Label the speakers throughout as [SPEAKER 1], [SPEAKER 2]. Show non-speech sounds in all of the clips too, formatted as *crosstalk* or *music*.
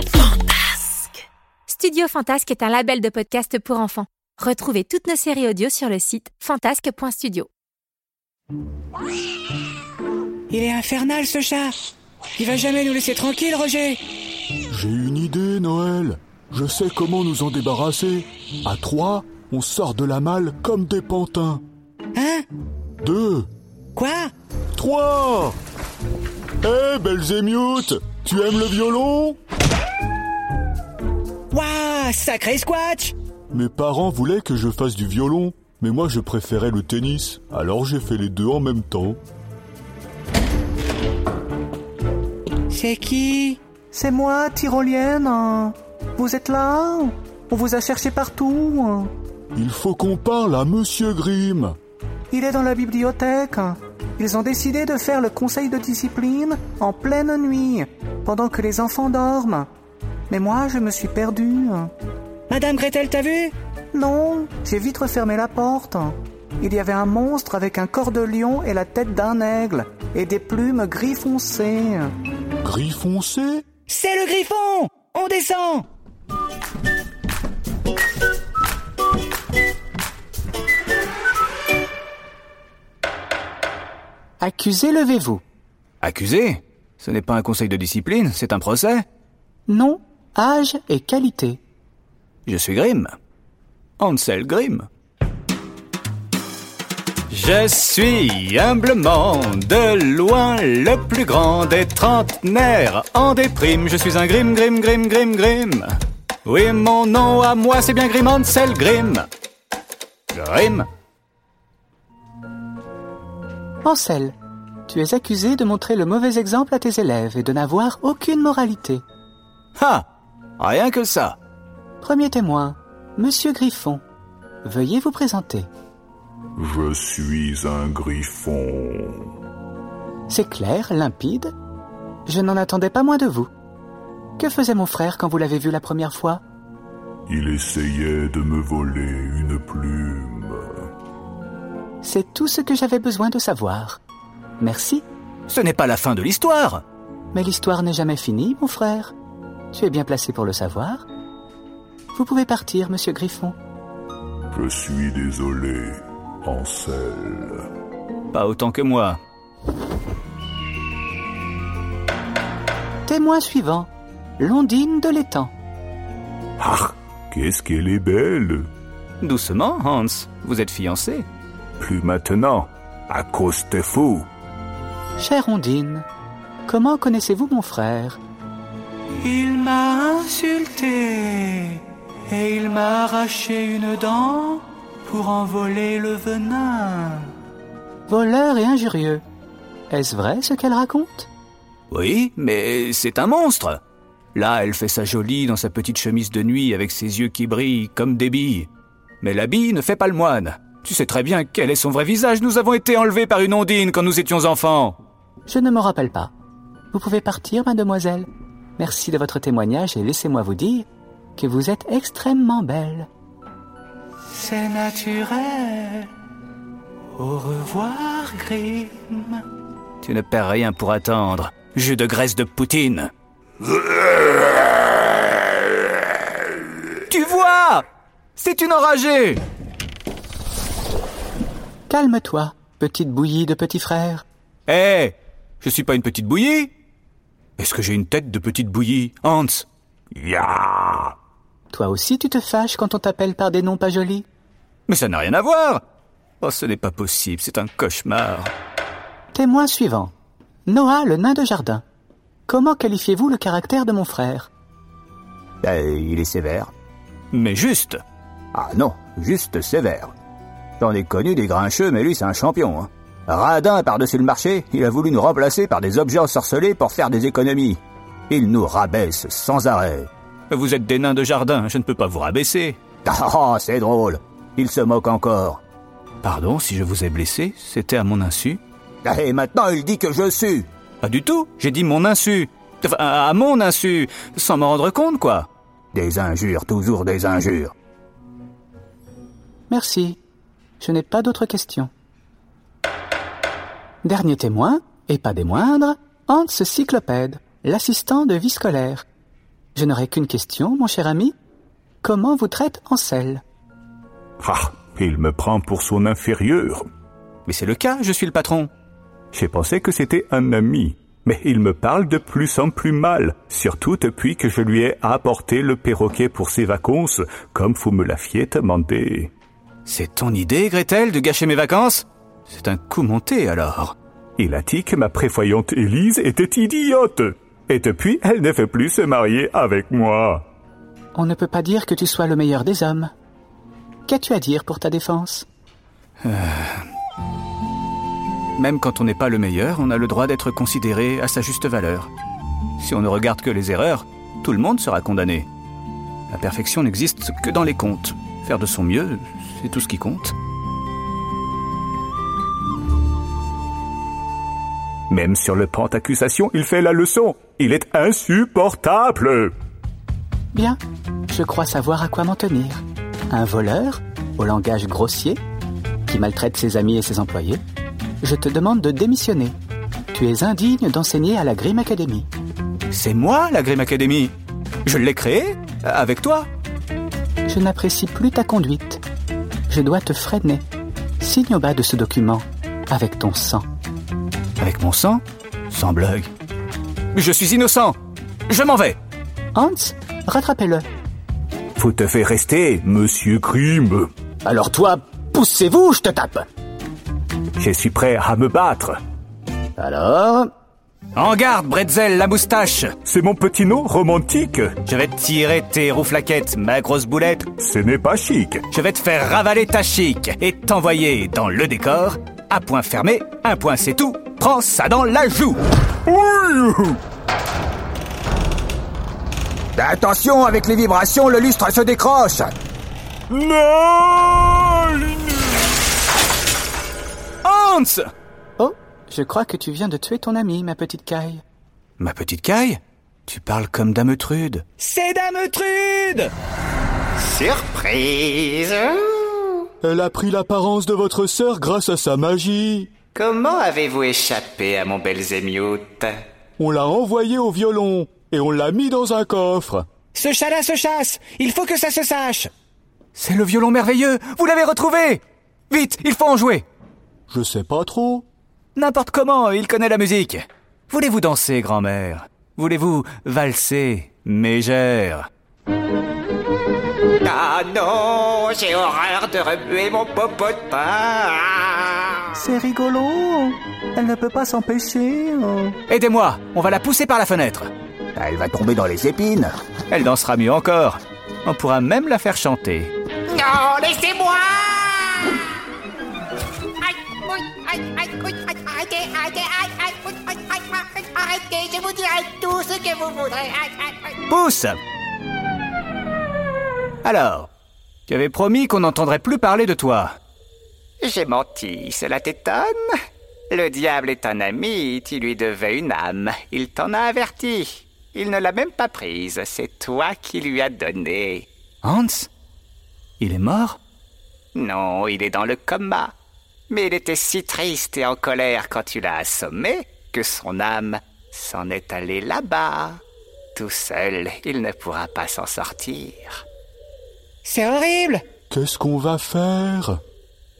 [SPEAKER 1] Fantasque. Studio Fantasque est un label de podcast pour enfants. Retrouvez toutes nos séries audio sur le site fantasque.studio.
[SPEAKER 2] Il est infernal ce chat. Il va jamais nous laisser tranquille, Roger.
[SPEAKER 3] J'ai une idée, Noël. Je sais comment nous en débarrasser. À trois, on sort de la malle comme des pantins.
[SPEAKER 2] Hein
[SPEAKER 3] Deux,
[SPEAKER 2] Quoi
[SPEAKER 3] trois. Hé, Belzémiute, tu aimes le violon
[SPEAKER 2] Waouh, sacré squatch
[SPEAKER 3] Mes parents voulaient que je fasse du violon, mais moi je préférais le tennis. Alors j'ai fait les deux en même temps.
[SPEAKER 2] C'est qui
[SPEAKER 4] C'est moi, tyrolienne. Vous êtes là On vous a cherché partout.
[SPEAKER 3] Il faut qu'on parle à Monsieur Grimm.
[SPEAKER 4] Il est dans la bibliothèque. Ils ont décidé de faire le conseil de discipline en pleine nuit, pendant que les enfants dorment. Mais moi, je me suis perdue.
[SPEAKER 2] Madame Gretel, t'as vu
[SPEAKER 4] Non, j'ai vite refermé la porte. Il y avait un monstre avec un corps de lion et la tête d'un aigle, et des plumes gris foncé.
[SPEAKER 3] Gris foncé
[SPEAKER 2] C'est le griffon On descend
[SPEAKER 5] Accusé, levez-vous.
[SPEAKER 6] Accusé Ce n'est pas un conseil de discipline, c'est un procès.
[SPEAKER 5] Nom, âge et qualité.
[SPEAKER 6] Je suis Grimm. Ansel Grimm. Je suis humblement de loin le plus grand des trentenaires en déprime. Je suis un Grimm, Grimm, Grimm, Grimm, Grimm. Oui, mon nom à moi, c'est bien Grimm Ansel Grimm. Grimm
[SPEAKER 5] Ansel, tu es accusé de montrer le mauvais exemple à tes élèves et de n'avoir aucune moralité.
[SPEAKER 6] Ah Rien que ça.
[SPEAKER 5] Premier témoin, Monsieur Griffon. Veuillez vous présenter.
[SPEAKER 3] Je suis un griffon.
[SPEAKER 5] C'est clair, limpide. Je n'en attendais pas moins de vous. Que faisait mon frère quand vous l'avez vu la première fois
[SPEAKER 3] Il essayait de me voler une plume.
[SPEAKER 5] C'est tout ce que j'avais besoin de savoir. Merci,
[SPEAKER 6] Ce n'est pas la fin de l'histoire.
[SPEAKER 5] mais l'histoire n'est jamais finie, mon frère. Tu es bien placé pour le savoir. Vous pouvez partir, Monsieur Griffon.
[SPEAKER 3] Je suis désolé, Ansel.
[SPEAKER 6] Pas autant que moi.
[SPEAKER 5] Témoin suivant, Londine de l'étang.
[SPEAKER 3] Ah, qu'est-ce qu'elle est belle
[SPEAKER 6] Doucement, Hans. Vous êtes fiancé.
[SPEAKER 3] Plus maintenant, à cause des fous.
[SPEAKER 5] Chère Ondine, comment connaissez-vous mon frère
[SPEAKER 4] Il m'a insulté et il m'a arraché une dent pour envoler le venin.
[SPEAKER 5] Voleur et injurieux. Est-ce vrai ce qu'elle raconte
[SPEAKER 6] Oui, mais c'est un monstre. Là, elle fait sa jolie dans sa petite chemise de nuit avec ses yeux qui brillent comme des billes. Mais l'habit ne fait pas le moine. Tu sais très bien quel est son vrai visage. Nous avons été enlevés par une ondine quand nous étions enfants.
[SPEAKER 5] Je ne m'en rappelle pas. Vous pouvez partir, mademoiselle. Merci de votre témoignage et laissez-moi vous dire que vous êtes extrêmement belle.
[SPEAKER 4] C'est naturel. Au revoir, Grimm.
[SPEAKER 6] Tu ne perds rien pour attendre. Jus de graisse de Poutine. Tu vois C'est une enragée
[SPEAKER 5] Calme-toi, petite bouillie de petit frère.
[SPEAKER 6] Eh Je suis pas une petite bouillie Est-ce que j'ai une tête de petite bouillie Hans
[SPEAKER 5] Toi aussi, tu te fâches quand on t'appelle par des noms pas jolis.
[SPEAKER 6] Mais ça n'a rien à voir Oh, ce n'est pas possible, c'est un cauchemar.
[SPEAKER 5] Témoin suivant. Noah, le nain de jardin. Comment qualifiez-vous le caractère de mon frère
[SPEAKER 7] Ben, il est sévère.
[SPEAKER 6] Mais juste
[SPEAKER 7] Ah non, juste sévère. J'en ai connu des grincheux, mais lui c'est un champion. Hein. Radin par-dessus le marché, il a voulu nous remplacer par des objets ensorcelés pour faire des économies. Il nous rabaisse sans arrêt.
[SPEAKER 6] Vous êtes des nains de jardin, je ne peux pas
[SPEAKER 7] *laughs*
[SPEAKER 6] vous rabaisser.
[SPEAKER 7] Ah, c'est drôle. Il se moque encore.
[SPEAKER 6] Pardon si je vous ai blessé, c'était à mon insu.
[SPEAKER 7] Ah, Et maintenant, il dit que je suis.
[SPEAKER 6] Pas du tout, j'ai dit mon insu. Enfin, à à mon insu, sans m'en rendre compte, quoi.
[SPEAKER 7] Des injures, toujours des injures.
[SPEAKER 5] Merci. Je n'ai pas d'autres questions. Dernier témoin, et pas des moindres, Hans Cyclopède, l'assistant de vie scolaire. Je n'aurai qu'une question, mon cher ami. Comment vous traite Ansel
[SPEAKER 8] Ah, il me prend pour son inférieur.
[SPEAKER 6] Mais c'est le cas, je suis le patron.
[SPEAKER 8] J'ai pensé que c'était un ami, mais il me parle de plus en plus mal, surtout depuis que je lui ai apporté le perroquet pour ses vacances, comme vous me l'aviez demandé.
[SPEAKER 6] C'est ton idée, Gretel, de gâcher mes vacances C'est un coup monté, alors.
[SPEAKER 8] Il a dit que ma prévoyante Élise était idiote. Et depuis, elle ne veut plus se marier avec moi.
[SPEAKER 5] On ne peut pas dire que tu sois le meilleur des hommes. Qu'as-tu à dire pour ta défense
[SPEAKER 6] Même quand on n'est pas le meilleur, on a le droit d'être considéré à sa juste valeur. Si on ne regarde que les erreurs, tout le monde sera condamné. La perfection n'existe que dans les comptes. Faire de son mieux, c'est tout ce qui compte.
[SPEAKER 8] Même sur le pan d'accusation, il fait la leçon. Il est insupportable.
[SPEAKER 5] Bien, je crois savoir à quoi m'en tenir. Un voleur, au langage grossier, qui maltraite ses amis et ses employés, je te demande de démissionner. Tu es indigne d'enseigner à la Grim Academy.
[SPEAKER 6] C'est moi, la Grim Academy Je l'ai créée euh, Avec toi
[SPEAKER 5] Je n'apprécie plus ta conduite. Je dois te freiner. Signe au bas de ce document, avec ton sang.
[SPEAKER 6] Avec mon sang Sans blague. Je suis innocent Je m'en vais
[SPEAKER 5] Hans, rattrapez-le.
[SPEAKER 8] Vous devez rester, monsieur Grimm.
[SPEAKER 5] Alors toi, poussez-vous, je te tape.
[SPEAKER 8] Je suis prêt à me battre.
[SPEAKER 5] Alors,
[SPEAKER 6] En garde, Bretzel, la moustache
[SPEAKER 8] C'est mon petit nom romantique.
[SPEAKER 6] Je vais te tirer tes rouflaquettes, ma grosse boulette
[SPEAKER 8] Ce n'est pas chic.
[SPEAKER 6] Je vais te faire ravaler ta chic et t'envoyer dans le décor. À point fermé, un point c'est tout. Prends ça dans la joue.
[SPEAKER 7] Attention avec les vibrations, le lustre se décroche.
[SPEAKER 6] Hans
[SPEAKER 5] oh, je crois que tu viens de tuer ton ami, ma petite caille.
[SPEAKER 6] Ma petite caille Tu parles comme Dametrude.
[SPEAKER 2] C'est Dame Trude
[SPEAKER 9] Surprise
[SPEAKER 3] Elle a pris l'apparence de votre sœur grâce à sa magie.
[SPEAKER 9] Comment avez-vous échappé à mon Belzémiute
[SPEAKER 3] On l'a envoyée au violon et on l'a mis dans un coffre.
[SPEAKER 2] Ce chat-là se chasse Il faut que ça se sache
[SPEAKER 6] C'est le violon merveilleux Vous l'avez retrouvé Vite, il faut en jouer
[SPEAKER 3] Je sais pas trop.
[SPEAKER 6] N'importe comment, il connaît la musique. Voulez-vous danser, grand-mère Voulez-vous valser, mégère
[SPEAKER 9] Ah non, j'ai horreur de remuer mon popotin
[SPEAKER 4] C'est rigolo. Elle ne peut pas s'empêcher. euh.
[SPEAKER 6] Aidez-moi, on va la pousser par la fenêtre.
[SPEAKER 7] Elle va tomber dans les épines.
[SPEAKER 6] Elle dansera mieux encore. On pourra même la faire chanter.
[SPEAKER 9] Non, laissez-moi Aïe, aïe, aïe, aïe, aïe, aïe, Arrêtez, arrêtez, aïe, aïe, aïe, aïe, aïe, aïe, arrêtez, je vous dirai tout ce que vous voudrez. Aïe, aïe, aïe.
[SPEAKER 6] Pousse Alors, tu avais promis qu'on n'entendrait plus parler de toi.
[SPEAKER 9] J'ai menti, cela t'étonne Le diable est un ami, tu lui devais une âme, il t'en a averti. Il ne l'a même pas prise, c'est toi qui lui as donné.
[SPEAKER 6] Hans Il est mort
[SPEAKER 9] Non, il est dans le coma. Mais il était si triste et en colère quand tu l'as assommé que son âme s'en est allée là-bas. Tout seul, il ne pourra pas s'en sortir.
[SPEAKER 2] C'est horrible
[SPEAKER 3] Qu'est-ce qu'on va faire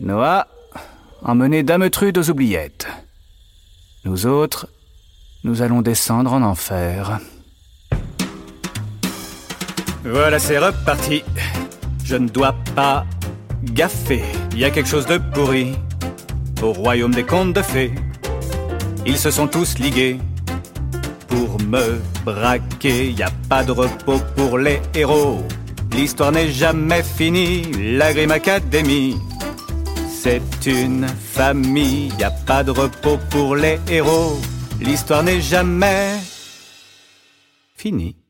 [SPEAKER 6] Noah, emmenez Dametrude aux oubliettes. Nous autres, nous allons descendre en enfer. Voilà, c'est reparti. Je ne dois pas gaffer. Il y a quelque chose de pourri au royaume des contes de fées. Ils se sont tous ligués pour me braquer. Y a pas de repos pour les héros. L'histoire n'est jamais finie. La Grim Academy c'est une famille, y a pas de repos pour les héros. L'histoire n'est jamais finie.